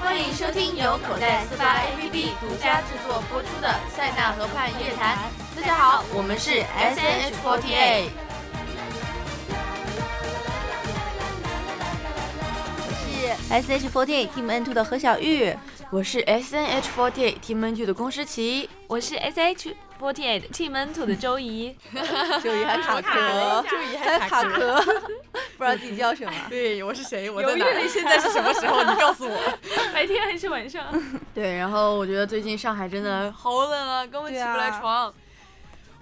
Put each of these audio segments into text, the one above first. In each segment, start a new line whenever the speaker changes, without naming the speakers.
欢迎收听由口袋四八 APP 独家制作播出的《塞纳河畔夜谈》。大家好，我们是 SNH48。SH Forty Team N Two 的何小玉，我是 SNH Forty Team N Two 的龚诗琪，
我是 S H Forty Eight Team N Two 的周怡，
周怡还卡壳，
周怡还卡
壳， 不知道自己叫什么。
对，我是谁？我
犹
在
豫
哪
了一
里？现在是什么时候？你告诉我。
白天还是晚上？
对，然后我觉得最近上海真的好冷啊，根本起不来床。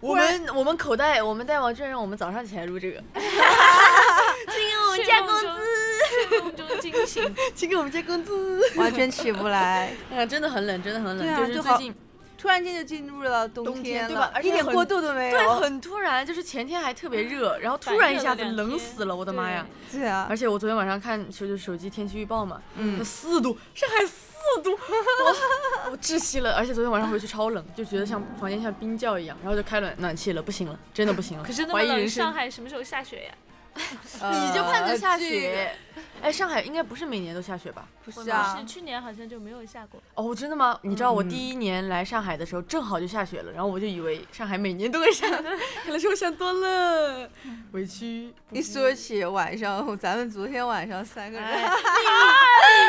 我们我们口袋，我们代网证人，我们早上起来录这个，
我们加工资，睡梦中惊醒，
请给我们加工资。
完全起不来，
啊，真的很冷，真的很冷，
对啊
就是
就
最
好
近
突然间就进入了冬
冬天对
了，
吧而且
一点
很
过渡都没
对
有。
很突然，就是前天还特别热，然后突
反
然一
热
下
了
子
两
冷
天
死了，我的妈呀！
对啊
而，且我昨天晚上看手手机天气预报嘛，
嗯
四度，上海四度， 我我窒息了。而且昨天晚上回去超冷，就觉得像房间像冰窖一样，然后就开暖暖气了，不行了，真的不行了。
可是那
怀
么
疑
冷，
人生
上，海什么时候下雪呀？
你就盼着下
呃，
雪。哎，上海应该不是每年都下雪吧？
这个不
我
是
们
啊
是，去年好像就没有下过，
哦，真的吗？你知道我
嗯
第一年来上海的时候，正好就下雪了，然后我就以为上海每年都会下， 看来是我想多了，委屈。
一说起晚上，咱们昨天晚上三个人，
哎
哎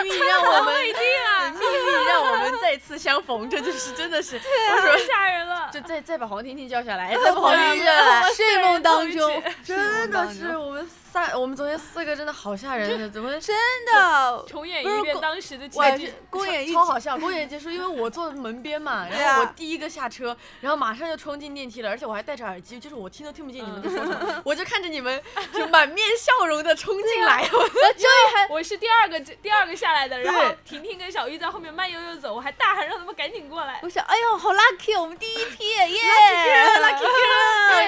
命运让我 们，命运让我们再次相逢，这就是真的是，我说
太吓人了。
就再再把黄婷婷叫下来，再把黄
我
婷
们
婷叫下来，
啊睡梦当中，
真的
睡
是
梦
我们三，我们昨天四个真的好吓人，怎么
当中真的。
重演
不是
一遍
公
当时的情
晚
景，
公演一
哎超好笑！公演结束，因为我坐门边嘛，
对啊
然后我第一个下车，然后马上就冲进电梯了，而且我还戴着耳机，就是我听都听不见你们在说什么，我就看着你们就满面笑容的冲进来，
我是第二个第二个下来的，然后
对
婷婷跟小玉在后面慢悠悠走，我还大喊让他们赶紧过来。
我想，哎呦，好 lucky，我们第一批耶
lucky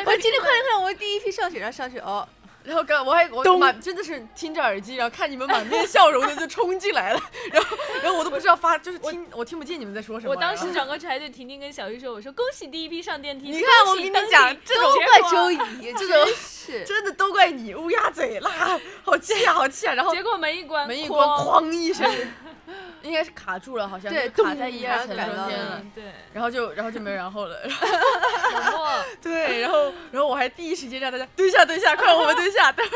我说今天快点快点，我们第一批上雪，然后上雪哦，
然后刚我还我满真的是听着耳机，然后看你们满面笑容的就冲进来了，然后然后我都不知道发就是听我听不见你们在说什么。
我当
然
时
后
转过去还对婷婷跟小玉说：“我说恭喜第一批上电梯。”
你看我
恭
跟
喜
你
登顶
讲，这种
结
怪
果
周怡，
哎这
哎真
种
是
真的都怪你乌鸦嘴啦，好气啊好气啊！然后
结果门一关，
门一关，
哐
哐一声，应该是卡住了，好像
对
就卡在
咚
一二层中
然后感
间
到
了
嗯。，对，
然后就，然后就没有然后了。
然后
对，然后，然后我还第一时间让大家蹲下，蹲下，快，我们蹲下。但是，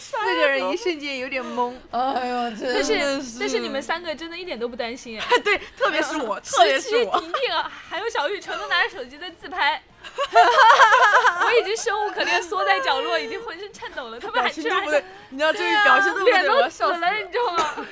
四个人一瞬间有点懵，
哎呦，真
但是
是
但是你们三个真的一点都不担心哎，
对，特别是我， 特别
十
是
七
我，
婷婷啊还有小玉全都拿着手机在 自拍，我已经生无可恋，缩在角落，已经浑身颤抖了。他们
表
还
情
居
都
然
不
还
对
在，
你知道这
对
个
啊
表情都不
脸
对，我要
都
笑
紫
死
了，
了。
你知道吗？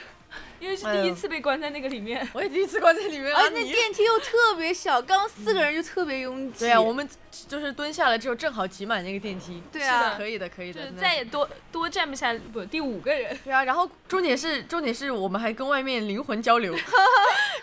因为是
哎
第一
呦
次被关在那个里面，
我也第一次关在里面
而
哦
啊，
哎且那
你。
电梯又特别小，刚刚四个人就特别拥挤。
对啊，我们就是蹲下了之后，正好挤满那个电梯。
对
是
啊
的，
可以的，可以
就
的。
是
真的
再也多多站不下，不，第五个人。
对啊，然后重点是重点是我们还跟外面灵魂交流，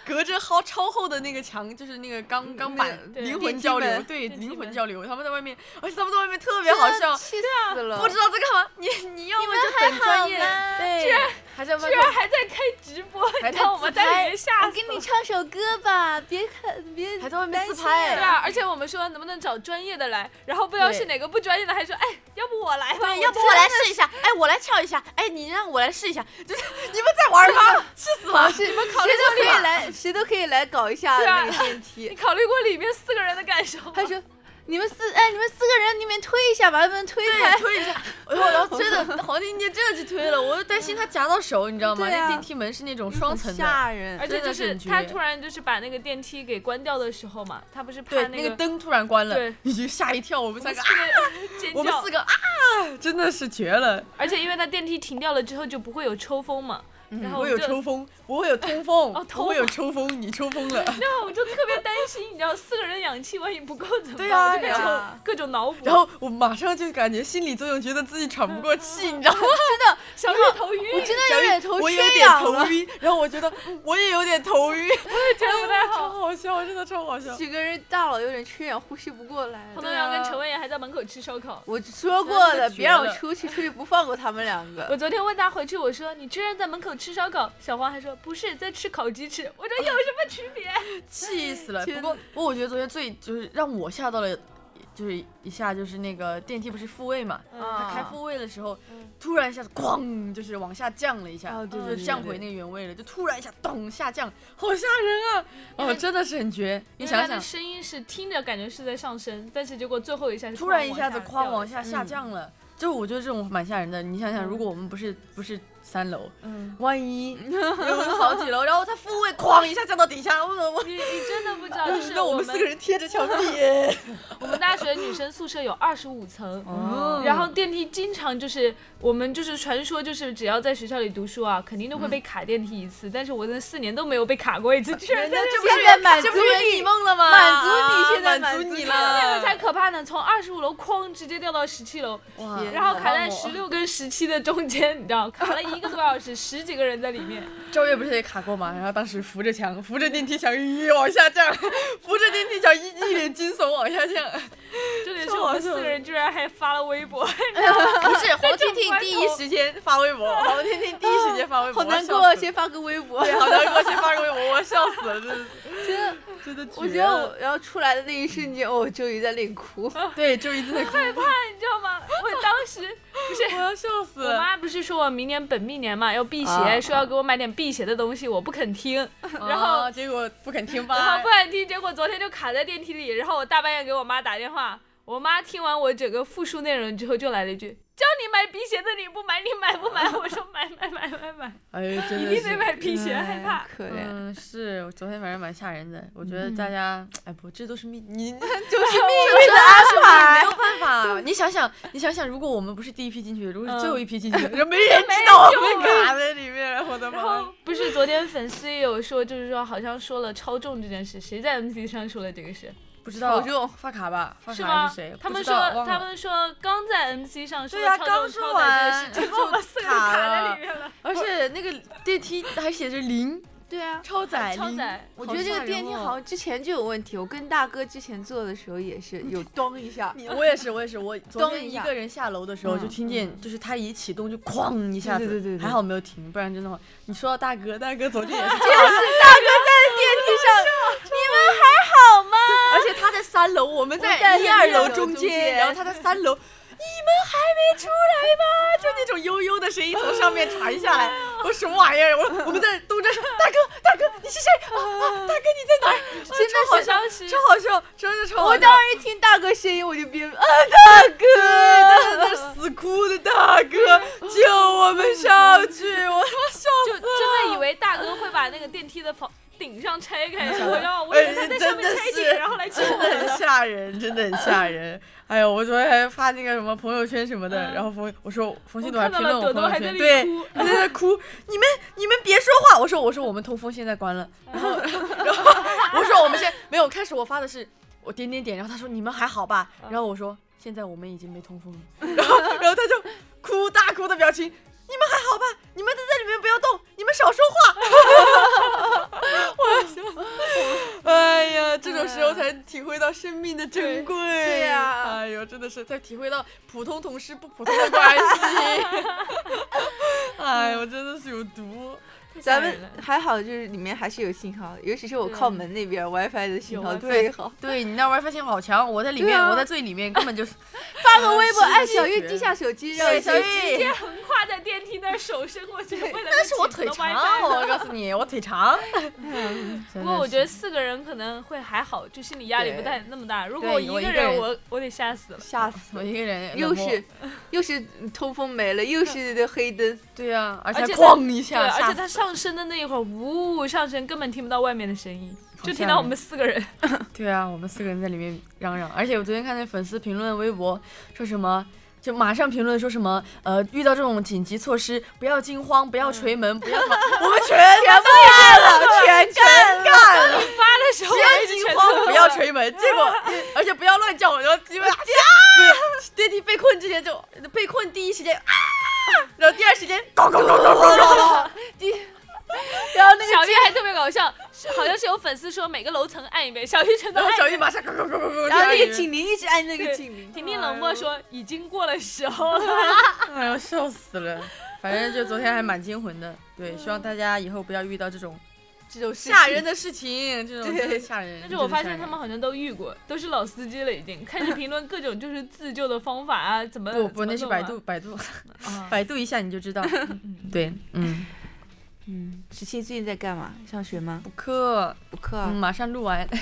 隔着超超厚的那个墙，就是那个钢钢板
那
个对
灵
电
魂
梯
交流，
门
对
电梯
灵魂
门
交流，他们在外面，而且他们在外面特别好笑，啊
气死了！
不知道在干嘛，你你要么就
还
很专
好
业，
吗
对，还在外
居
面
然还在开直播，
还
你知道
在
我们
自拍
在里面吓
哎
死
我给
了
你。唱首歌吧，别看别
还在外面
担
自
心
拍
对
啊
啊，而且我们说能不能找专业的来，然后不知道
对
是哪个不专业的，还说哎，要不我来吧，
对，要不 我来试一下，哎，我来跳一下，哎，你让我来试一下，就是你们在玩吗？气死了！
是 谁都可以来，谁都可以来搞一下
对啊
那个 电
你
梯。
考虑过里面四个人的感受吗？
他说：“你们四哎，你们四个人，你们推一下，把他们推开
对，。哎推一下，然后然后真的黄婷姐真的去推了，我就担心她夹到手，你知道吗？
对
那
啊
电梯门是那种”双层的，哎
吓
而
人。
且
真
就
的是
是
很
他
绝
突然就是把那个电梯给关掉的时候嘛，他不是怕
对，
那
那 个灯突然关了
对，
你就吓一跳，我们三
我们
个
四
啊，
个 尖
我们
叫
四，个啊，真的是绝了，
而且因为他电梯停掉了之后就不会有抽风嘛，然后
我嗯
我
会
们
有
就
抽风，我会有通风，
哦
我
通
会有抽风，你抽风了，
对啊，我就特别担心，你知道四个人的氧气万一不够怎么办？
对啊
我就开始
对啊
各种脑补，
然后我马上就感觉心理作用，觉得自己喘不过气，你知道吗？
小玉头晕，
我真的
小
有
雨
点头啊
我有
缺
点
氧
头
了，
晕，然后我觉得嗯我也有点头晕，
觉得不太
超
好。
好笑，真的超好 笑。
几个人大脑有点缺氧，呼吸不过来
彭
了。
东阳跟陈文也还在门口吃烧烤。
我说过
真的
了，别
绝
让我
了
出去，出去不放过他们两个。
我昨天问他回去，我说你居然在门口吃烧烤，小黄还说不是在吃烤鸡翅，我说有什么区别？
气死了！
天
不过，不过我觉得昨天最就是让我吓到了，就是一下就是那个电梯不是复位嘛，
啊
嗯它开复位的时候
嗯，
突然一下子咣，就是往下降了一下，
哦对对
就是
对
降
对
回那个原位了，就突然一下咚下降，好吓人啊！哦，真的是很绝，你
因为
想
它
想
的，声音是听着感觉是在上升，但是结果最后一下是
突然一下子
哐
哐往下下降了，就我觉得这种蛮吓人的。你想想，如果我们不是不是三楼，
嗯，
万一有好几楼，然后它复位哐一下降到底下，我我
你你真的 不知道，就是
让我们四个人贴着墙壁。
我们大学女生宿舍有二十五层，
哦
然后电梯经常就是我们就是传说就是只要在学校里读书啊，肯定都会被
嗯
卡电梯一次，但是我那四年都没有被卡过 一次，居然在
这
这
不是满足
这不是圆
你梦了吗？
满足你现在
满
满足
你
你
那
了
个才。可怕呢，从二十五楼哐直接掉到十七楼，
哇
然后卡在十六跟十七的中间，你知道，卡了一个多小时，十几个人在里面，
赵月不是也卡过吗？然后当时扶着墙，扶着电梯墙一往下降， 扶着电梯墙一一脸惊悚往下降。
重点是我们四个人居然还发了微博，
不是黄
婷婷第一时
间发微博，黄婷婷第一时间发微
好难过，先发个微博。
好难过，先 发微博，我笑死了，真的
真的，
真的。
我觉得我然后出来的那一瞬间，哦，我终于在那里哭。
我对周一真的哭，
你知道吗？我当时不 是
我要笑死
我
了。
妈不是说我明年本命年嘛要辟邪，
啊
说要给我买点辟邪的东西，我不肯听，然后
啊结果不肯听
然
吧
后不？肯听，结果昨天就卡在电梯里，然后我大半夜给我妈打电话，我妈听完我整个复述内容之后就来了一句：“叫你买辟邪的你不买，你买 不买？”我说买买买买买，
哎呦，真
一
的
定得
是。
买辟邪，害怕。
可怜，
嗯，是我昨天晚上蛮吓人的，我觉得大
嗯
家，哎不，这都是命，你
就是
真的安排，没有办法。你想想，你想想，如果我们不是第一批进去，如果是最后一批进
嗯
去， 人没人知道我们卡在里面，我的
然
妈！
后不是昨天粉丝也有说，就是说好像说了超重这件事，谁在 MC 上说了这个事？
不知
好
道
重
发卡吧，发
是
卡还
吗
是谁？？
他
不
们
知道
说
忘
他
了
们说刚在 MC 上说
对
的
呀，
超
刚
重
说
超载这
完
件事
就
情，我们四个人
卡
卡在
了
里，面了，
而且那个电梯还写着零
对啊。
超载，
超
零
载。
我觉得这个电梯好。像之前就有问题，我跟大哥之前坐的时候也是有咚一 下，
你我也是，我也是，我昨
咚
天
一
一
下
个人下楼的时候
嗯
就听见，就是他一启动就哐一下子，
对对对对对
还好没有停，不然真的话，你说到大哥，大哥昨天也是这样，
好吗？
而且他在三楼，我们
我在
一二
一二
楼
楼
中
中
间，
间
然后他在三楼，你们还没出来吗？就那种悠悠的声音从上面传下来，我什么玩意儿？我我们在东站说，大哥大哥你是谁？啊啊，大哥你在哪儿？真
真的
的
好
好笑，
伤心
超。好笑，真的超好
我
笑。
当时一听大哥声音，我就憋啊，
对，但是那死哭的大哥救我们上去，我他妈笑
就真
啊
的以为大哥会把那个电梯的房顶上拆开，我要我以
哎
为他在上面拆顶，然后来救
真
我
的很
们。
吓人，真的很吓人。哎呦，我昨天还发那个什么朋友圈什么的，
嗯
然后冯我说冯鑫
我
朵还
看到
评论
了
我
朵
朋友
朵还
圈，
在那里
对
哭，
还在那哭，你们你们别说话，我说我说我们通风现在关了，然后然后我说我们先没有开始我发的是我点点点，然后他说你们还好吧，然后我说现在我们已经没通风了，然后然后他就哭大哭的表情。你们还好吧？你们都在里面不要动，你们少说话。我哎呀，这种时候才体会到生命的珍贵。对
呀
哎呦，真的是才体会到普通同事不普通的关系。哎呦，真的是有毒。
咱们还好，就是里面还是有信号，尤其是我靠门那边 WiFi 的信号
有 WiFi
最好。
对你那 WiFi 信号好强，我在里
对
面，
啊
我在最里面，根本就是
发个微博，
是的
哎，
是
小
的
玉低下手机，让
对
我
小
去
玉
直接横跨在电梯那儿手伸过去，为了
但是我腿长，哦我告诉你，我腿长。嗯
不过我觉
得
得四个人可能会还好，就心理压力不太那么大。如果
对
我
我一
个
个人
人，我我得吓死了。
吓死
我
了。
一个人
又
冷漠
是又是通风没了，又是的黑灯，
对呀，而且
且它
哐一
对，
下，
而
吓
且他上升的那一会儿，呜上升根本听不到外面的声音，就听到我们四个人。
对啊，我们四个人在里面嚷嚷，而且我昨天看那粉丝评论微博说什么。就马上评论说什么，呃，遇到这种紧急措施，不要惊慌，不要捶门，不要逃，我们全部
全干了。
干了，
发的时候
不
我
要
一直
惊
全
慌，
都
不要捶门，结果，而且不要乱叫，我就鸡巴啊，不是电梯被困之前就被困第一时间啊，然后第二时间咚咚咚咚咚咚咚，
然后那
小
个
玉还特别搞笑，是好像是有粉丝说每个楼层按一遍，小玉全都
然后
按。
小玉马上咕咕咕咕咕，
然后那个
紧，
警铃一直按那个
对
警铃，
婷婷冷
啊
漠说已经过了 时候了。
哎呦 笑死了，反正就昨天还蛮惊魂的，对，希望大家以后不要遇到这种
这种事情
吓人的事情，这种
对
真的吓人。
但是我发现
真的吓人
他们好像都遇过，都是老司机了已经，开始评论各种就是自救的方法啊，怎么
不不，
怎么
那是
弄啊
百度百度
啊
百度一下你就 知道。 对，嗯，
嗯，十七最近在干嘛？上学吗？
补课，
补课啊
嗯，马上录完。
马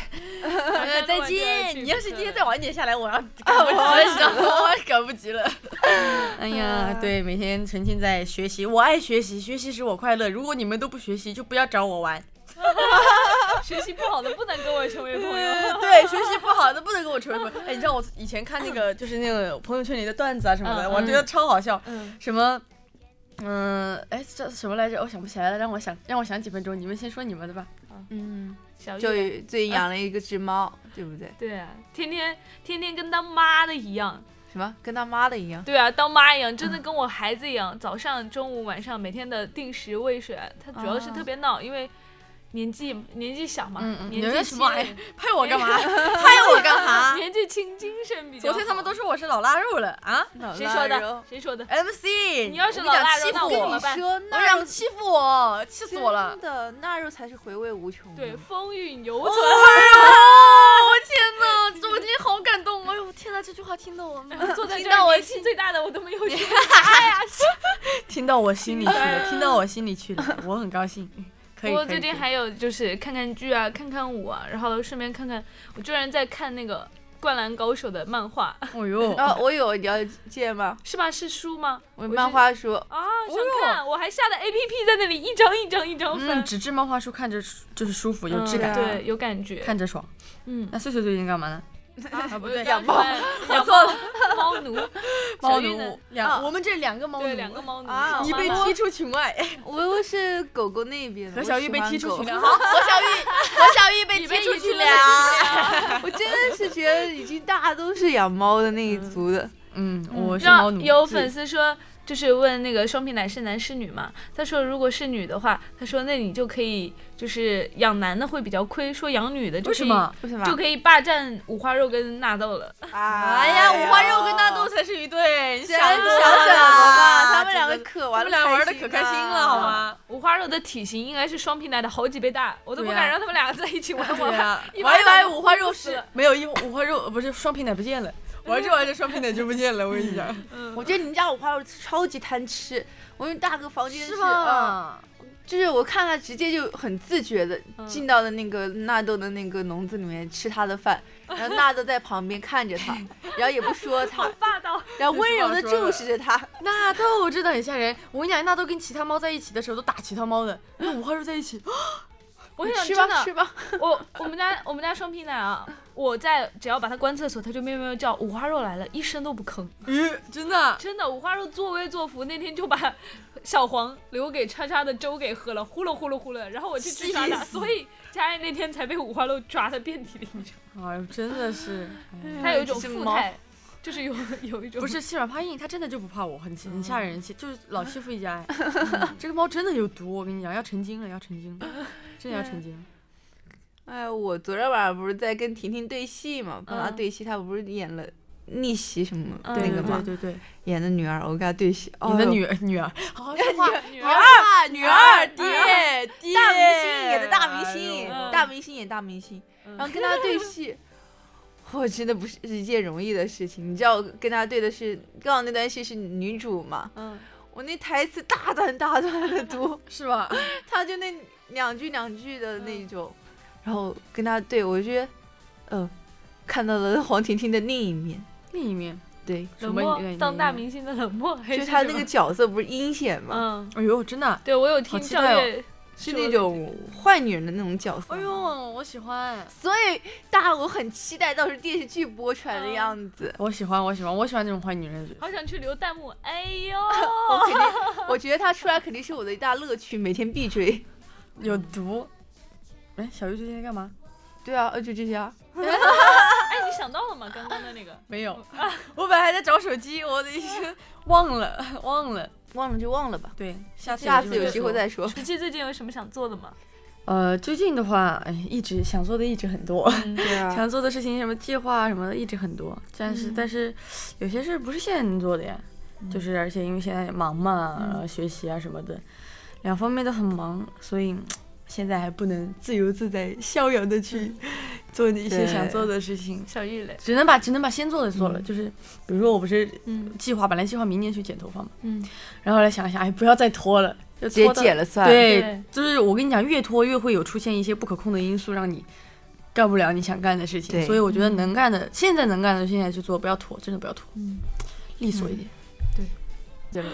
上
呃再
录完就
见！
去
你要是
补课
今天
了
再晚点下来， 我要赶不及了，你知道吗？我赶不及了。哎
啊
呀，对，每天沉浸在学习，我爱学习，学习使我快乐。如果你们都不学习，就不要找我玩。
学习不好的不能跟我成为朋 友。
对，学习不好的不能跟我成为朋友。哎，你知道我以前看那个就是那个朋友圈里的段子啊什么的，
嗯
我觉得超好笑。
嗯，
什么？嗯，哎，这什么来着？我想不起来了，让我想，让我想几分钟。你们先说你们的吧。啊
嗯，
小
就
玉
最近养了一个只猫，
嗯
对不对？
对啊，天天天天跟当妈的一样，
什么跟他妈的一样？
对啊，当妈一样，真的跟我孩子一样，早上、中午、晚上每天的定时喂水。他主要是
啊
特别闹，因为年纪年纪小嘛，
嗯嗯，你们
年纪
什
轻
么玩意儿？拍我干嘛？拍我干嘛？
年纪轻，精神比较
昨
好。
天他们都说我是老腊肉了啊
谁说的？谁说的？
！MC，
你要是
我
老
跟讲
腊肉
欺
那
负
我怎么
我，
办
说
我想欺负我，气死我了
真！的，纳入才是回味无穷。
对，，风雨犹存。
我哦天哪，这我今天好感动！哎呦，天哪，这句话听到我，
坐在这
听到
儿，
我
年纪最大的我都没 有学过。哎呀，
听到我心里去 了，听到我心里去了，我很高兴。可以，
不过
可以
最近
可以
还有就是看看剧啊，看看舞啊，然后顺便看看，我居然在看那个《灌篮高手》的漫画，
哦呦，
然后我有你要借吗？
是吧？是书吗？
我
是
漫画书，
啊，想看，我还下了 A P P 在那里一张一张一张翻
嗯，，纸质漫画书看着舒就是舒服，有质
嗯
感，
对，有感觉，
看着爽。
嗯，
那岁岁最近干嘛呢？
啊，
不对
养
养猫，
养猫， 猫奴，
猫
小玉呢
奴，两，我们这两个猫
对，两个
奴，
猫奴，
啊
你被
妈妈
踢出群外，
我又是狗狗那边的。
何小玉被踢出群
去
了。
了。
好，何小玉，何小玉被
你被
踢出
踢
去
出
了。
我真的是觉得已经大家都是养猫的那一族的。
嗯，我是猫
那
奴。
有粉丝说，就是问那个双皮奶是男是女嘛？他说如果是女的话，他说那你就可以就是养男的会比较亏，说养女的就
为
可
什
以
么？
为什么啊
就可以霸占五花肉跟纳豆了。
哎呀，五花肉跟纳豆才是一对，你
想
想
想
多
怎
了
么吧，他
真
们两个
的
可
他
玩
们
得
俩玩的
啊
可开心了，好？吗？
五花肉的体型应该是双皮奶的好几倍大，我都不
对呀啊
敢让他们两个在一起玩 我
对啊呀，
一般
玩一
人
玩
都
五花肉
死
是
了
没有一五花肉呃不是双皮奶不见了，玩着玩着双皮奶就不见了，我跟你讲，
我觉得你们家五花肉超级贪吃，我们大哥房间
是
是，
吧？
嗯就是我看他直接就很自觉的
嗯
进到了那个纳豆的那个笼子里面吃他 的饭，然后纳豆在旁边看着他，然后也不说他，
霸道。
然后温柔的注视着他。
纳豆真的很吓人，我跟你讲，纳豆跟其他猫在一起的时候都打其他猫的，跟五花肉在一 起，
我想
吃
真
吧吃
的，
吧，
我我们家我们家双皮奶啊，我在只要把它关厕所，它就喵喵喵叫，五花肉来了，一声都不吭。
咦，真的，
真的，五花肉作威作福，那天就把小黄留给叉叉的粥给喝了，呼噜呼噜呼噜，然后我去追杀他，
气死
所以佳燕那天才被五花肉抓的遍体鳞伤。
哎呦，真的是，
他有一种
这只
富
嗯猫
态，就是有 有一种
不是欺软怕硬，它真的就不怕我，很很吓人，欺就是老欺负一 家哎。这个猫真的有毒，我跟你讲，要成精了，要成 精了，真的要成精。
哎，我昨天晚上不是在跟婷婷对戏嘛，帮她
嗯
对戏，她不是演了逆袭什么
嗯
那
对
个
对
嘛，
对对，
演的女儿，我跟她对戏。
你的
哎呦
女儿女儿，好好说话。
女
女
儿。
儿，女
儿
儿，
爹
爹，
爹
大明星演的大明星
哎呦，
大明星演大明星，
嗯
然后跟他对戏， 我真的不是一件容易的事情。你知道我跟他对的是，刚好那段戏是女主嘛，
嗯，
我那台词大段大段的读，
是吧？
他就那两句两句的那种，然后跟他对，我觉得，嗯、看到了黄婷婷的另一面，
另一面，
对，
什
冷
么
漠
你愿意
当大。明星的冷漠，还
就是是他
什
那
么
个角色不是阴险嘛，
嗯，
哎呦，真的啊，
对我有听
期
赵
待哦
月
是
说
那
的
种坏女人的那种角色，
哎呦，我喜欢，
所以大我很期待到时候电视剧播出来的样子。
我喜欢，我喜欢，我喜欢这种坏女人。
好想去留弹幕，哎呦，
我肯定， 我觉得它出来肯定是我的一大乐趣，每天必追。
有毒。哎，小玉最近在干嘛？
对啊，呃就这些啊。
哎，你想到了吗？刚刚的那个，
没
哦
有，我本来还在找手机，我已经忘了， 忘了。
忘了就忘了吧，
对，下次
下次有机
说
会再说。
琪琪最近有什么想做的吗？
呃，最近的话，哎，一直想做的一直很多，
对 啊，
想做的事情什么计划什么的一直很多，但
嗯
是、但是有些事不是现在能做的呀，就是而
嗯
呃且因为现在忙嘛，然后学习啊什么的，两方面都很忙，所以现在还不能自由自在、逍遥的
嗯
去 做一些想做的事情，
小玉嘞，
只能把只能把先做的
嗯
做了。就是比如说，我不是
嗯
计划本来计划明年去剪头发嘛，
嗯，
然后后来想一想，哎，不要再拖了，就
直接
拖到
剪了算。，
对
对，
就是我跟你讲，越拖越会有出现一些不可控的因素，让你干不了你想干的事情。
对
所以我觉得能干的，现在能干的，现在去做，不要拖，真的不要拖，
嗯
利索一点。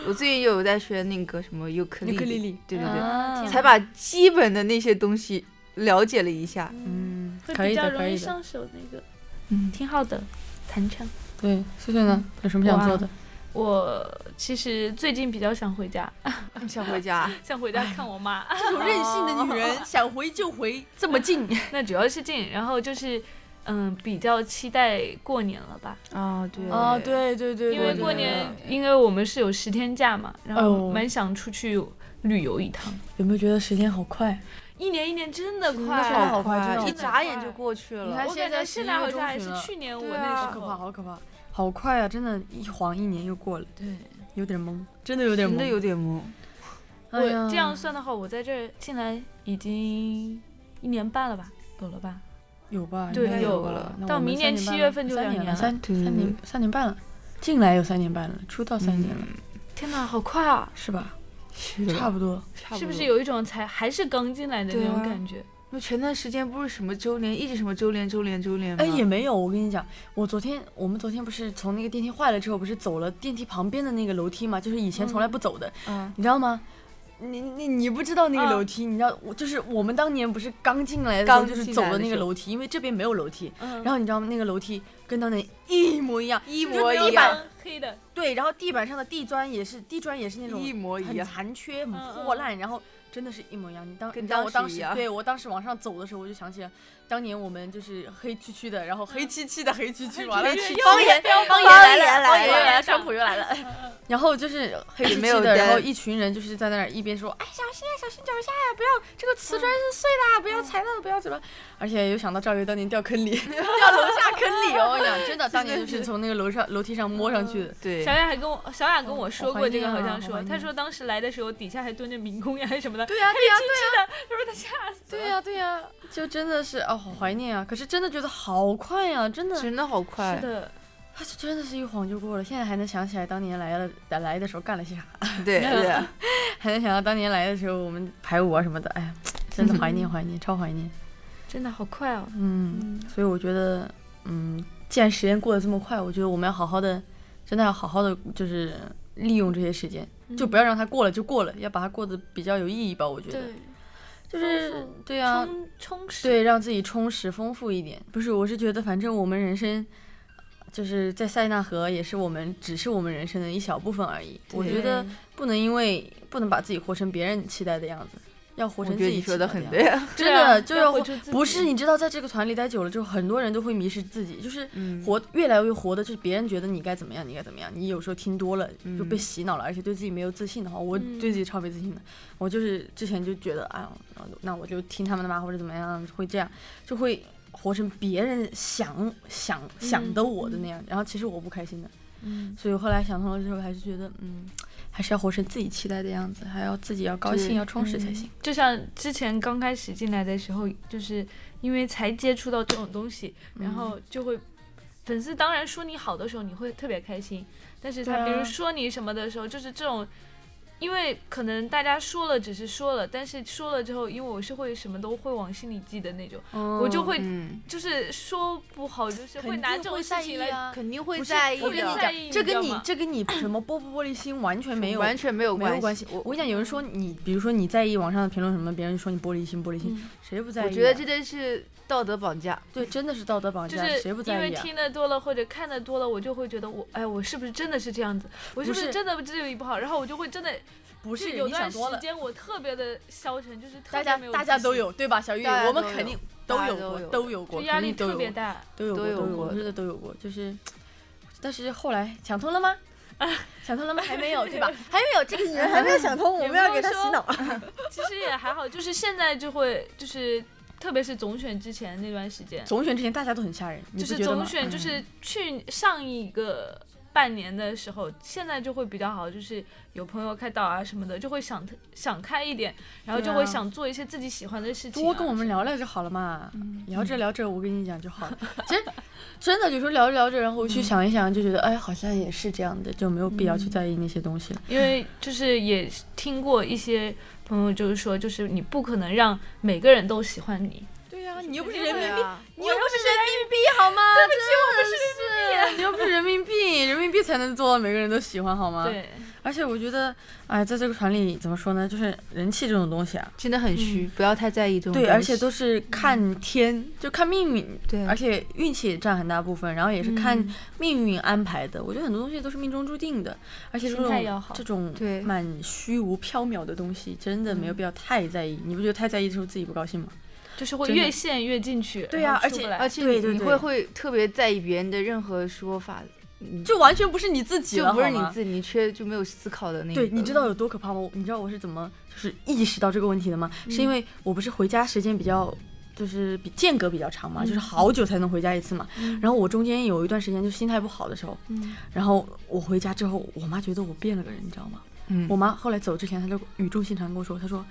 我最近有在学那个嗯什么尤克
尤克里
里
里
对对对，
啊
对
天
才把基本的那些东西了解了一下。
嗯，可
会
以
比较
的，
容
可
易
以的。
上手那个，
嗯，
挺好的，弹唱。
对，碎碎呢，有什么想做的？
我其实最近比较想回家，
想回 家。
想回家看我 妈。
这种任性的女人， 想回就回，这么近。
那主要是近，然后就是嗯，比较期待过年了吧，
啊，对
啊，，对对对，
因为
对
过
对
年，嗯因为我们是有十天假嘛，然后
哦
蛮想出去旅游一趟。
有没有觉得时间好快？
一年一年真的
的是
快，
好快真的好
一
快
眨眼就过去
你
了
看。
我
现
感
在
觉
11
是那
月
好
中
像还
旬
是
了
去年我
对
那
啊
好
时候，
可怕，好可怕，好快啊！真的，一晃一年又过了，
对，
有点懵，真的有点懵，
真的有点懵，
我
哎呀
这样算的话，我在这儿进来已经一年半了吧，有了吧？
有吧？
对
应该
有
有了。那
到
我们
明年
三半
7
了
月份就
三
两
年
年
了，
了
三
对对
三年三年半了，进来有三年半了，出道三年了，
天哪，好快啊！
是吧？
是
差
差
不多。
差
是
不
不
多
是？有一种才还是刚进来的那种
对啊
感觉？
因为前段时间不是什么周年，一直什么周年、周年、周年吗？
哎，也没有，我跟你讲，我昨天我们昨天不是从那个电梯坏了之后，不是走了电梯旁边的那个楼梯嘛，就是以前从来不走的，
嗯，
你知道吗？你你你不知道那个
嗯
楼梯，你知道我就是我们当年不是刚进来的时候
刚
就是
进
走
来
了
的
那个
时候
楼梯，因为这边没有楼梯，
嗯，
然后你知道吗？那个楼梯跟当年一模一样，
一
模
模
一
一
样
样，
黑的，
对，然后地板上的地砖也是地砖也是那种
一模一
很
样。
残缺、很
嗯
破烂，然后真的是一模一样。你当
跟
你知道我
当时
当
一
时
样
对我当时往上走的时候，我就想起了当年我们就是黑黢黢的，然后黑漆漆的黑漆 漆，完了
黑漆漆
方言方言
方
来
言
了，方
来
言来
了
了，川普又来了，然后就是黑漆漆
没有
的，然后
灯
一群人就是在那儿一边说，哎，小心啊，小心脚下呀，不要这个瓷砖是碎的啊，不要踩到，不要怎么，而且又想到赵薇当年掉 坑里，掉楼下坑里哦，我跟你讲，真的，嗯当年 就是从那个楼上楼梯上摸上去的。
对
小，雅还跟我小雅跟我说过这个，好像
嗯好怀
说，
念啊
她说当时来的时候底下还蹲着民工呀还是什么的，
对呀、对呀、对呀、
她说她吓死。
对呀、对呀、就真的是啊，好怀念啊！可是真的觉得好快呀、真的，
真的好快
是。的，
它是真的是一晃就过了。现在还能想起来当年来了来的时候干了些啥，
对对，
还能想到当年来的时候我们排舞啊什么的，哎呀，真的怀 念怀念，超怀念。
真的好快哦。
嗯，
嗯，
所以我觉得，嗯，既然时间过得这么快，我觉得我们要好好的，真的要好好的，就是利用这些时间，就不要让它过了就过了，要把它过得比较有意义吧。我觉得，
嗯对，
就是对呀、
充充实。
对，让自己充实丰富一点。不是，我是觉得，反正我们人生就是在塞纳河，也是我们只是我们人生的一小部分而已。我觉得不能因为不能把自己活成别人期待的样子，要活
我
成自
觉得
己
你
期待
说的
的
很
样子
对。
真
对啊
的就
要
要
活
活
出自
不是
己
你知道，在这个团里待久了，就很多人都会迷失自己，就是
嗯
活越来越活的，就是别人觉得你该怎么样，你该怎么样。你有时候听多了就被
嗯
洗脑了，而且对自己没有自信的话，我
嗯
对自己超没自信的。我就是之前就觉得，哎呦，那我就听他们的吧，或者怎么样，会这样，就会活成别人想想想的我的那样。然后其实我不开心的，
嗯，
所以后来想通了之后，还是觉得，嗯，还是要活成自己期待的样子，还要自己要高兴，
对
要充实才行。
就像之前刚开始进来的时候，就是因为才接触到这种东西，然
嗯
后就会粉丝当然说你好的时候，你会特别开心，但是
对
他
啊
比如说你什么的时候，就是这种。因为可能大家说了只是说了，但是说了之后，因为我是会什么都会往心里记的那种，我就会
嗯，
就是说不好，就是会拿这种事情来，
啊。
肯定会
不是
在意
我跟你
的
的，
在意
讲，这
你知
跟
道
你
吗
这跟你什么玻不玻璃心完全没有
完全没有
没有关
系。
我跟你讲，有人说你，比如说你在意网上的评论什么，别人说你玻璃心，玻璃心，
嗯
谁不在意啊、
我觉得这真是道德绑架。
对真的是道德绑
嗯就
架，
是
谁不
因
在
为
意啊？
听得多了或者看得多了，我就会觉得我哎，我是不是真的是这样子？我是不
不
是
是
真的这里不好？然后我就会真的
不是
就有
你
段
想
时
多了，
间我特别的消沉，就是特
大
别
家
没有
大家
自
都
信，
有对吧？小玉，
大家
我们
都有
肯定都
大家
有
都
过，
有
都有
就
过，
压
肯
力
定都
特
有
别
过，
大。
都有
都
过，都
有
有
过
过，真的都有过。就是，但是后来想通了吗？ 想通了吗？还没有对 吧？ 还没有，这个女 人还 没有想通，
也
我
不
们要
用
给她
说
洗脑。
其实也还好，就是现在就会就是，特别是总选之前那段时间，
总选之前大家都很吓人，你
就
不
是
觉得吗
总选就是去上一个半年的时候，现在就会比较好，就是有朋友开导啊什么的，就会想想开一点，然后就
对啊
会想做一些自己喜欢的事情、啊。
多跟我们
什么
聊聊就好了嘛，聊着聊着我跟你讲就好了。其实真的有时候聊着聊着，然后我去想一想，就觉得哎，好像也是这样的，就没有必要去在意那些东西了。
因为就是也听过一些朋友就是说，就是你不可能让每个人都喜欢你。
对哎啊呀、你
你
又不是人民币，你
我
又
又
不
不
是
是
人民币好吗？对不起，我不是人民币，你又不是人民币，人民币才能做到每个人都喜欢好吗？。
对，
而且我觉得，哎，在这个团里怎么说呢，就是人气这种东西啊，
真的很虚，不要太在意这种东
对，
西。嗯
而且都是看天，就看命运，
对
而且运气也占很大部分，然后也是看
嗯
命运安排的。我觉得很多东西都是命中注定的，而且这
心态要
种
好
这种
对嗯
蛮虚无缥缈的东西，真的没有必要太在意。你不觉得太在意之后自己不高兴吗？
就是会
真的
越陷越进去。
对啊
然后
而
出不
且
来嗯
而且
对
你
对
你
对
会会特别在意别人的任何说法，嗯
就完全不是你自己
就
了，
不是
好
你
吗
自己，你缺就没有思考的那一个。
对，你知道有多可怕吗？我你知道我是怎么就是意识到这个问题的吗？是
嗯
因为我不是回家时间比较。就是比间隔比较长嘛，
嗯
就是好久才能回家一次嘛。然后我中间有一段时间就心态不好的时候，然后我回家之后，我妈觉得我变了个人，你知道吗？
嗯
我妈后来走之前，她就语重心长地跟我说，她说，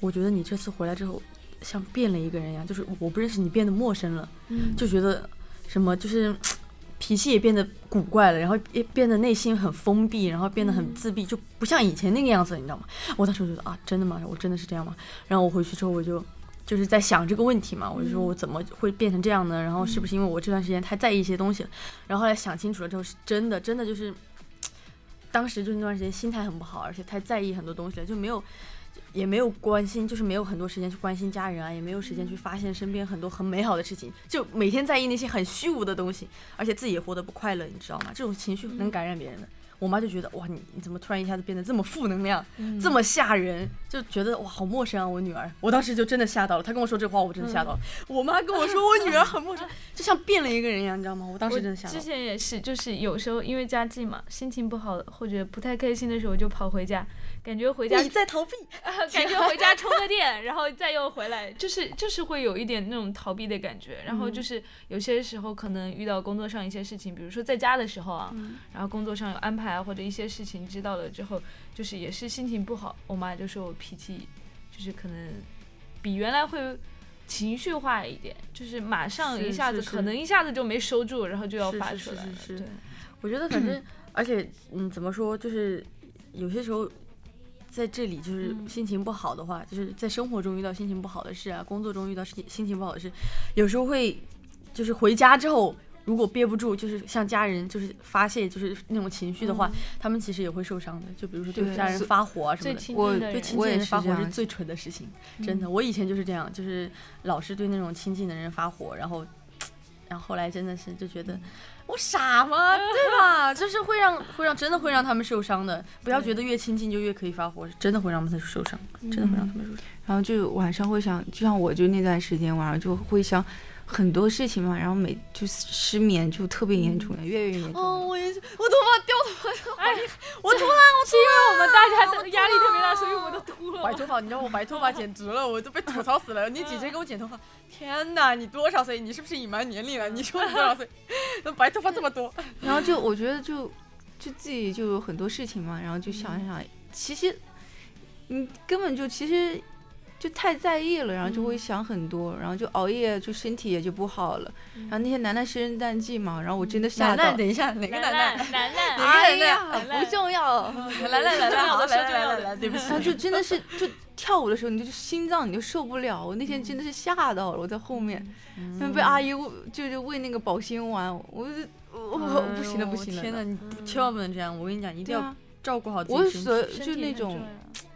我觉得你这次回来之后像变了一个人一样，就是我不认识你，变得陌生了，就觉得什么就是脾气也变得古怪了，然后也变得内心很封闭，然后变得很自闭，就不像以前那个样子，你知道吗？我当时就觉得啊，真的吗？我真的是这样吗？然后我回去之后我就。就是在想这个问题嘛，我就说我怎么会变成这样呢？然后是不是因为我这段时间太在意一些东西了？然后后来想清楚了之后，是真的，真的就是，当时就那段时间心态很不好，而且太在意很多东西了，就没有，也没有关心，就是没有很多时间去关心家人啊，也没有时间去发现身边很多很美好的事情，就每天在意那些很虚无的东西，而且自己也活得不快乐，你知道吗？这种情绪能感染别人的。我妈就觉得哇，你你怎么突然一下子变得这么负能量，这么吓人，就觉得哇好陌生啊，我女儿。我当时就真的吓到了，她跟我说这话，我真的吓到了。我妈跟我说我女儿很陌生，就像变了一个人一样，你知道吗？我当时
我
真的吓到
之
了。
前也是，就是有时候因为家境嘛，心情不好或者不太开心的时候，就跑回家，感觉回家
你在逃避，
感觉回家充个电，然后再又回来，就是就是会有一点那种逃避的感觉。然后
嗯
就是有些时候可能遇到工作上一些事情，比如说在家的时候啊，
嗯
然后工作上有安排啊，或者一些事情知道了之后，就是也是心情不好，我妈就说我脾气就是可能比原来会。情绪化一点，就是马上
是
一下子，
是是
可能一下子就没收住，然后就要
是
发
是
出
是
来了。
是是
对，
我觉得反正，而且嗯，怎么说，就是有些时候在这里，就是心情不好的话，就是在生活中遇到心情不好的事啊，工作中遇到事情心情不好的事，有时候会就是回家之后。如果憋不住，就是向家人就是发泄，就是那种情绪的话，他们其实也会受伤的。就比如说对
对
家人
所
发火啊什么
嗯最
的，
亲
我
近的
对
人，
亲
我
近
也
人
是
发
这
火
样
是嗯最蠢的事情，真的。我以前就是这样，就是老是对那种亲近的人发火，然后，然后后来真的是就觉得我傻 吗？对吧？就是会让会让真的会让他们受伤的。不要觉得越亲近就越可以发火，是真的会让他们受伤，真的会
嗯
让他们受伤。
然后就晚上会想，就像我就那段时间晚上就会想很多事情嘛，然后每就失眠就特别严重的，越来越严重。
哦，我也是，我头发掉头发啊上，我秃了，
是因为我哎们大家的压力特别大，所以我都秃了。
白头发，你知道我白头发简直了，我都被吐槽死了。你姐姐给我剪头发，天哪，你多少岁？你是不是隐瞒年龄了？你说你多少岁？ 那白头发这么多，
然后就我觉得就就自己就有很多事情嘛，然后就想一想，其实你根本就其实就太在意了，然后就会想很多，然后就熬夜，就身体也就不好了。然后那些楠楠生日淡季嘛，然后我真的吓
奶
到
奶，，等一下，哪个奶奶？啊
楠楠
哎
楠
呀，
楠
不重要。
来来来 来，好
说
来
重
来
要
来
的
来，对不起
然后， 就真的是就跳舞的时候，你就心脏你就受不了。我那天真的是吓到了，我在后
嗯
面，然
嗯
后被
啊
阿姨喂就是喂那个保心丸，我就我我不行了不行
嗯哎
了。
天哪，你不嗯千万不能这样！我跟你讲，一定
对
要
啊，
照顾好自
我
己身体。
所
身
就
体
那
很重
种
要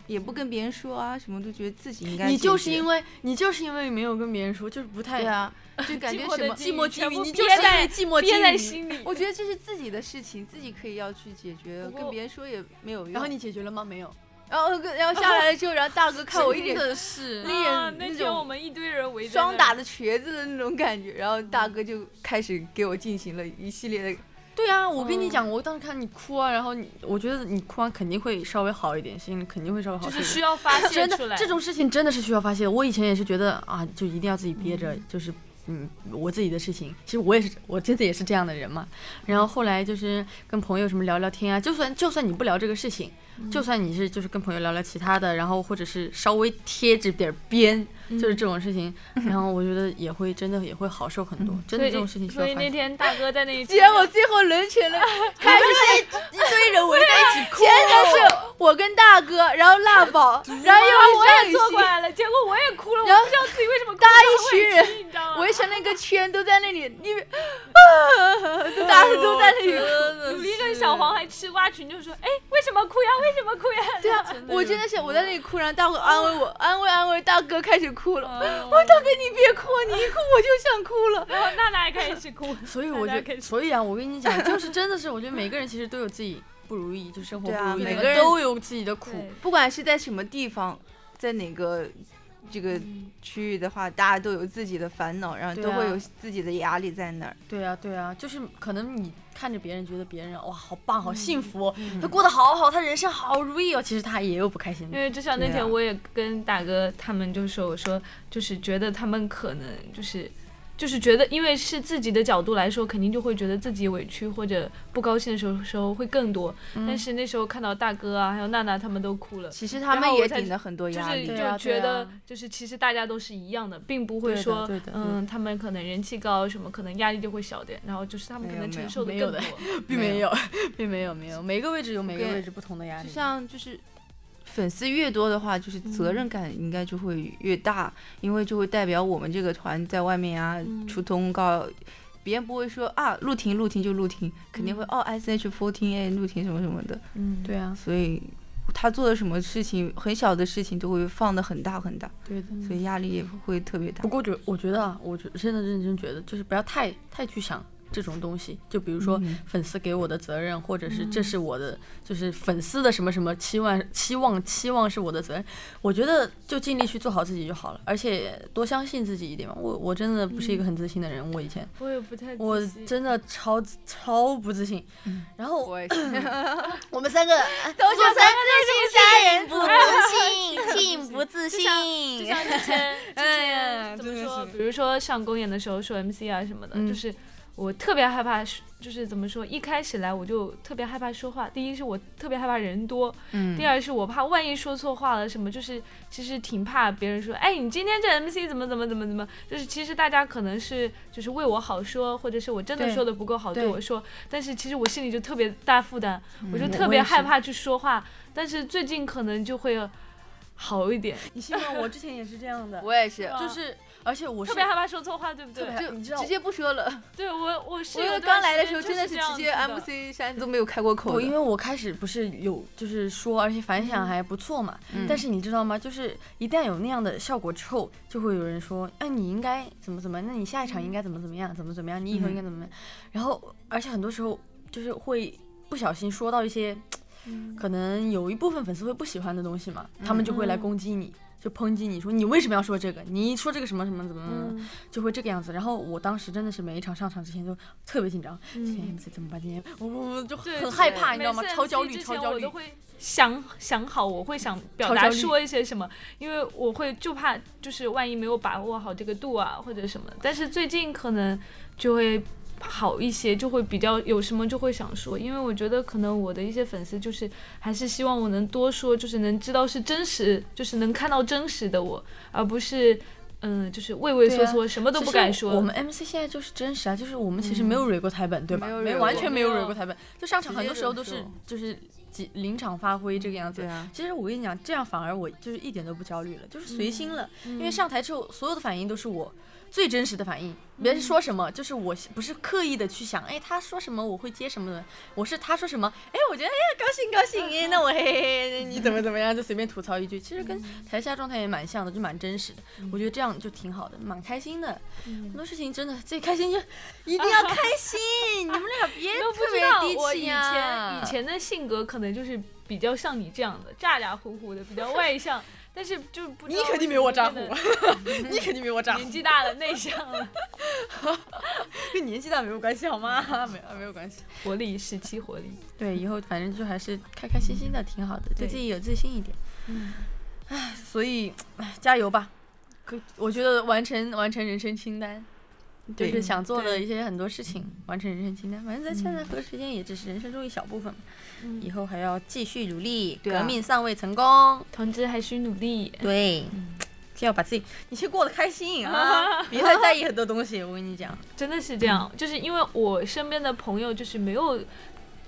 也不跟别人说啊，什么都觉得自己应该。
你就是因
为
为你就是因为你没有跟别人说，就是不太
对啊，就感觉
寞
什
的
么。
记忆
寂寞
全
均匀，
部
你就是
憋
因
在
为寂寞
憋
均
在
匀。
心里。
我觉得这是自己的事情，自己可以要去解决，
不
跟
过
别人说也没有用。
然后你，解决了吗？没有。
然后跟然后下来了之后，然后大哥看我一
真
脸
的是
那人
啊
那
那天
种
我们一堆人围着
双打的瘸子的那种感觉，然后大哥就开始给我进行了一系列的
对啊，我跟你讲，我当时看你哭啊，然后你，我觉得你哭完肯定会稍微好一点，心里肯定会稍微好
就
一
是
点。
需要发泄
真
出
的
来。
啊这种事情真的是需要发泄。我以前也是觉得啊，就一定要自己憋着，就是嗯我自己的事情。其实我也是，我真的也是这样的人嘛。然后后来就是跟朋友什么聊聊天啊，就算就算你不聊这个事情，就算你是就是跟朋友聊聊其他的，然后或者是稍微贴着点儿边，就是这种事情，然后我觉得也会真的也会好受很多。真的这种事情需要
所以
反
那
省。
天大哥在那里，
既然我最后沦群了，
开始一堆人围在一 起哭，
真的是我跟大哥，然后 辣宝，然后
啊
我
又
也
是
坐
郑
过
宇
来了，结果我也哭了，
然
我
后
不知道自己为什么哭，
大
然
一
后我
群
也
人
气你知道吗？
围成了一个圈，都在那里， 你们，啊，都大家都在那里
有
哭。
一个小黄还吃瓜群众说，哎，为什么哭呀？为什么哭呀？
对啊，我真的是我在那里哭，然后大伙安慰我，安慰安慰，大哥开始哭 了。
哦
我说大哥你别哭，你一哭我就想哭了。
然后娜娜也开始哭，
所以我
大家
觉
可以
得，所以啊，我跟你讲，就是真的是，我觉得每个人其实都有自己不如意，就生活
对
不
啊
如意，
每
的
个人
都有自己的苦。
不管是在什么地方，在哪个这个区域的话，大家都有自己的烦恼，然后
对
都会
啊
有自己的压力在那儿。
对啊，对啊，就是可能你看着别人觉得别人哇好棒，好
嗯
幸福哦，他过得好好，他人生好如意哦，其实他也有不开心
因
的。
为就像那
对啊
天我也跟大哥他们就说，我说就是觉得他们可能就是。就是觉得，因为是自己的角度来说，肯定就会觉得自己委屈或者不高兴的时候时候会更多。
嗯
但是那时候看到大哥啊，还有娜娜他们都哭了，
其实他
然
们
后我
也
才
顶了很多
就
压
是
力，
对
就
啊
觉
对
得
啊
就是其实大家都是一样的，并不会
对的
说
对的对
嗯，他们可能人气高什么，可能压力就会小点，然后就是他们
没
可
有
能
没
承
有
受的
没有
更 多
的。并没有，并没有，没有，每个位置有每个
对
位置不同的压力
就。像就是。粉丝越多的话，就是责任感应该就会越大，因为就会代表我们这个团在外面啊、出通告，别人不会说啊陆婷陆婷就陆婷，肯定会、哦 S H fourteen A 陆婷什么什么的，
嗯，
对啊，
所以他做的什么事情，很小的事情都会放得很大很大，
对的。
所以压力也会特别大
不。过觉我觉得啊，我觉真的认真觉得，就是不要太太去想这种东西。就比如说粉丝给我的责任，或者是这是我的，就是粉丝的什么什么期望期望期望是我的责任。我觉得就尽力去做好自己就好了，而且多相信自己一点嘛。我我真的不是一个很自信的人，我以前
我也不太
我
自信
真的超超不自信。然后
我也是
我们三个
都觉得
杀人不自信，信不自
就
信。
像之前之前
哎
怎
真
么
的
说？
是
比如说上公演的时候说 MC 啊什么的，
嗯
就是我特别害怕说，就是怎么说？一开始来我就特别害怕说话。第一是我特别害怕人多，
嗯
第二是我怕万一说错话了什么，就是其实挺怕别人说，哎，你今天这 MC 怎么怎么怎么怎么，就是其实大家可能是就是为我好说，或者是我真的
对
说的不够好对
对
我说，但是其实我心里就特别大负担，我就
嗯
特
我
别
也是
害怕去说话。但是最近可能就会好一点，
你信吗？我之前也是这样的，
我也是，
就是而且我是
特别害怕说错话，对不对
特别？害
就
你知道
直接不说了。
对我我是
我
有
因为
段
刚来的
时
时候
间
真
就是
直
这样
接
子的
MC 山都没有开过口
我
的，
因为我开始不是有就是说，而且反响还不错嘛。
嗯
但是你知道吗？就是一旦有那样的效果之后，就会有人说，哎，你应该怎么怎么，那你下一场应该怎么怎么样，怎么怎么样，你以后
嗯
应该怎么怎么样。然后，而且很多时候就是会不小心说到一些，
嗯
可能有一部分粉丝会不喜欢的东西嘛，他们就会来攻击你。就抨击你说你为什么要说这个？你一说这个什么什么怎么怎么，就会这个样子。然后我当时真的是每一场上场之前就特别紧张，今天 MC 怎么办？今天我我我就
对
很害怕，
对
啊你知道吗
每？次
超焦
MC
虑，
之
超
前
焦
我
虑
都。会想想好，我会想表
超
达
焦虑
说一些什么，因为我会就怕就是万一没有把握好这个度啊或者什么。但是最近可能就会好一些，就会比较有什么就会想说，因为我觉得可能我的一些粉丝就是还是希望我能多说，就是能知道是真实，就是能看到真实的我，而不是。嗯，就是畏畏缩
对啊
缩，什么都
其
不
实
敢说。
我们 MC 现在就是真实啊，就是我们其实没有蕊过台本，对吧？
没有
没
蕊
完
过
全没有
没有
蕊过台本，就上场很多时候都
直接
是
忍
就是几临场发挥这个样子。
对啊
其实我跟你讲，这样反而我就是一点都不焦虑了，就是随心了，因
嗯
为上台之后所有的反应都是我最真实的反应，别
嗯
人说什么就是我不是刻意的去想，哎，他说什么我会接什么的，我是他说什么，哎，我觉得哎呀高兴高
嗯
兴，哎，那我嘿嘿嘿，你怎么怎么样就随便吐槽一句，其实跟
嗯
台下状态也蛮像的，就蛮真实的，我觉得这样就挺好的，蛮开心的，
嗯
很多事情真的最开心就一定要开心，你们俩别
都不
特
知道
别低
我
气
以
呀
前以，前的性格可能就是比较像你这样的，咋咋呼呼的，比较外向，但是就不知
你
道
肯定没
为
我
什
咋
么
呼
变 得，
你肯定没我咋呼
年。纪大了，内向了，
跟年纪大没有关系好吗？ 没有没有关系。
活力十七活力。
对，以后反正就还是开开心心的，挺好的，对自己有自信一点。嗯，唉，所以唉，加油吧！可我觉得完成完成人生清单，就
对
是想做的一些很多事情，完成人生清单。反正在现在和时间也只是人生中一小部分嘛，
嗯
以后还要继续努力，
对啊
革命尚未成功，
同志还需努力。
对，先要把自己，你先过得开心啊，别太在意很多东西。我跟你讲，
真的
嗯
是这样，就是因为我身边的朋友就是没有，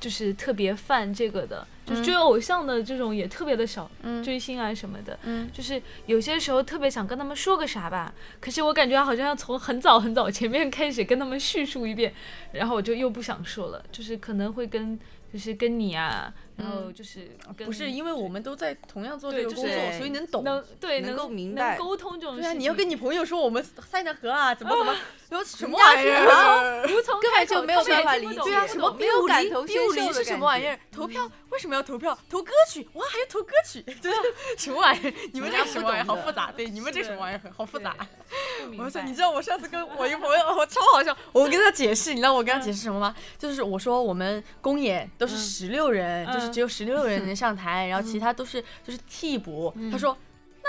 就是特别犯这个的，就是追偶像的这种也特别的少，
嗯
追星啊什么的，
嗯
就是有些时候特别想跟他们说个啥吧，可是我感觉好像要从很早很早前面开始跟他们叙述一遍，然后我就又不想说了，就是可能会跟就是跟你啊，然
嗯
后就是跟
不是因为我们都在同样做这
对
个
就
工作，
是
所以能懂。
能对
能
能
够明白
能沟通这种事
对
情，
啊，你要跟你朋友说我们塞纳河啊，怎么怎么，有什么
玩
玩
意
意
儿
儿？
啊
无从
根本
开
就
口
没有
根本
办法
听不
理
懂
解
对啊
什
什
么
么
没有感
零
同身
第五
受
零
的
是什
感
么玩意
觉
儿？投票为什么要投票？投歌曲哇，还要投歌曲， 就是什么玩意儿？你们这个什么玩意儿？好复杂，对，你们这个什么玩意儿？好复杂。
不明
我说，
白
你知道我上次跟我一个朋友，我超好笑，我跟他解释，你知道我跟他解释什么吗？
嗯
就是我说我们公演都是十六人，
嗯
就是只有十六人能上台，然后其他都是就是替补。
嗯
他说。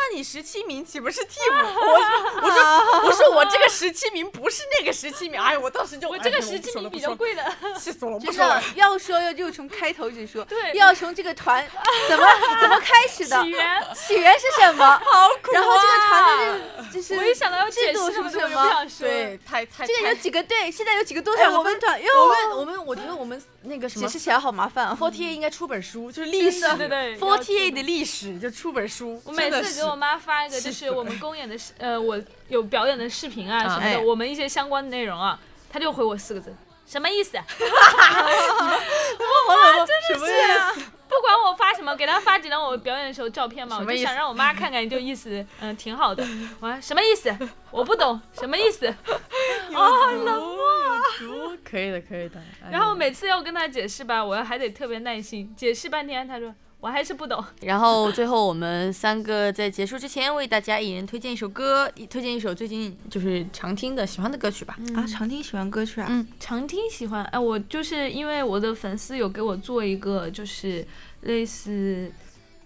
那你十七名岂不是替 补？我我说我说我这个十七名不是那个十七名，哎，我当时就
我这
哎
个
不说
十七
了
名
不
比
说
较
了
贵的，
气死我了！不
真
说了
的，要说要就从开头就说，
对
要从这个 团怎么怎么开始的
起，源。
起源是什么，
好苦、啊。
然后这个团的这就是
我一想到要解
制度
释
是
这么多，我
什
就不
么，
想说了。
对，太太
这个有
太
几个队，现在有几个多
哎
少
我
个
们
分团，哟，
我们我们我觉得我们那个什
解
么
释起来好麻烦啊。
Forty Eight 应该出本书，就是历史
真的对对要
Forty
出
Eight
本
的历史就出本书。
我
真
每
的
次
是
给我妈发一个，就
气
是
死
我们公演的视，呃，我有表演的视频啊什么
哎
的，我们一些相关的内容啊，她就回我四个字，什么意思？啊
什么
啊
意思？
不管我发什么，给她发几张我表演的时候照片嘛，
什
我
么
就
意思
想让我妈看看，就意思，嗯，挺好的。我说什么意思？我不懂什么 意思。
哦，冷漠。可以的，可以的。哎
然后每次要跟她解释吧，我还得特别耐心解释半天，她说我还是不懂。
然后最后我们三个在结束之前，为大家一人推荐一首歌，一推荐一首最近就是常听的、喜欢的歌曲吧。
啊，常听喜欢歌曲啊，
嗯
常听喜欢，哎，我就是因为我的粉丝有给我做一个就是类似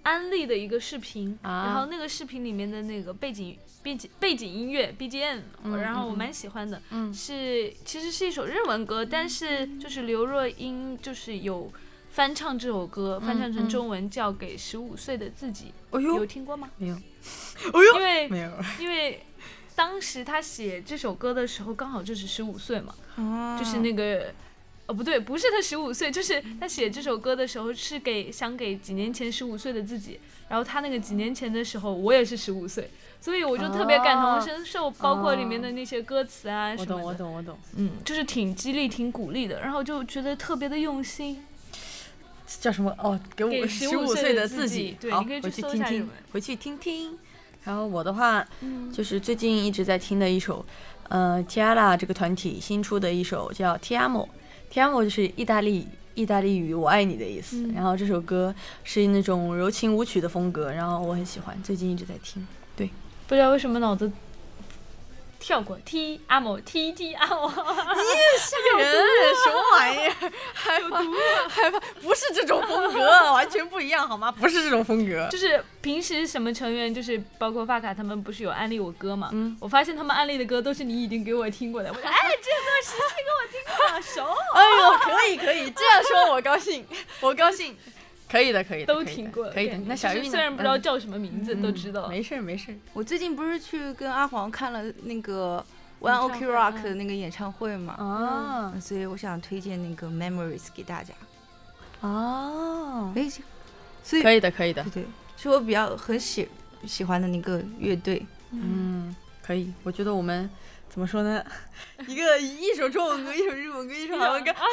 安利的一个视频，
啊
然后那个视频里面的那个背景背景背景音乐 BGM，、我然后我蛮喜欢的，
嗯
是其实是一首日文歌，但是就是刘若英就是有翻唱这首歌，翻唱成中文叫《给十五岁的自己》
嗯哎
有，听过吗？
没有，哎
因为
没有。
因为当时他写这首歌的时候刚好就是十五岁嘛。
哦
就是那个，哦，不对，不是他十五岁，就是他写这首歌的时候是给想给几年前十五岁的自己，然后他那个几年前的时候，我也是十五岁，所以我就特别感同身受，包括里面的那些歌词啊
哦我
什
懂，
么
我
的，
懂，我懂。
嗯，就是挺激励、挺鼓励的，然后就觉得特别的用心。
叫什么？哦，给
给
我十
15
五
岁
岁
的
的
自
自
己
己。
对
好，
你可以去
回去
搜一
听
下日
听
文，
回去听听。然后我的话，
嗯，
就是最近一直在听的一首，呃，Tiara 这个团体新出的一首叫《Ti amo》，Ti amo 就是意大利意大利语“我爱你”的意思。
嗯
然后这首歌是那种柔情舞曲的风格，然后我很喜欢，最近一直在听。
不知道为什么脑子。跳过 T 阿某 T T 阿某，
吓人，什么玩意儿？害怕，害怕，不是这种风格，完全不一样好吗？不是这种风格。
就是平时什么成员，就是包括发卡他们不是有安利我歌嘛？
嗯
我发现他们安利的歌都是你已经给我听过的。我说哎，这段时期给我听 过，好熟。
哎呦，可以可以，这样说我高兴，我高兴。可以的，可以的，
都
可以的
听过。
可以的。那小
就是
玉呢
虽然不知道
嗯
叫什么名字，都知道。
没事儿没事儿。
我最近不是去跟阿黄看了那个 One OK
演唱会
嗯
Rock 的那个演唱会
啊
嘛，所以我想推荐那个 Memories 给大家。
哦，
哎，所以
可以的，可以的
对，对，是我比较很喜喜欢的那个乐队。
嗯，可以。我觉得我们怎么说呢？ 一个一首中文歌，一首日文歌，一首韩文歌，
啊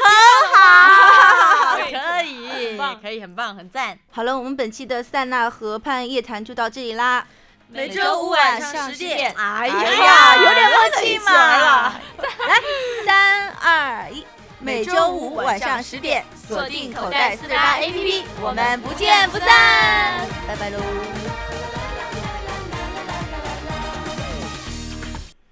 啊
哈
可以
棒，
可以，很棒，很赞。
好了，我们本期的塞纳河畔夜谈就到这里啦。
每
周五晚上10点哎
哎
呀，有点默契嘛。
了
来，三二一，每周五晚上十点，锁定口袋四八 APP，我们不见不散，拜拜喽。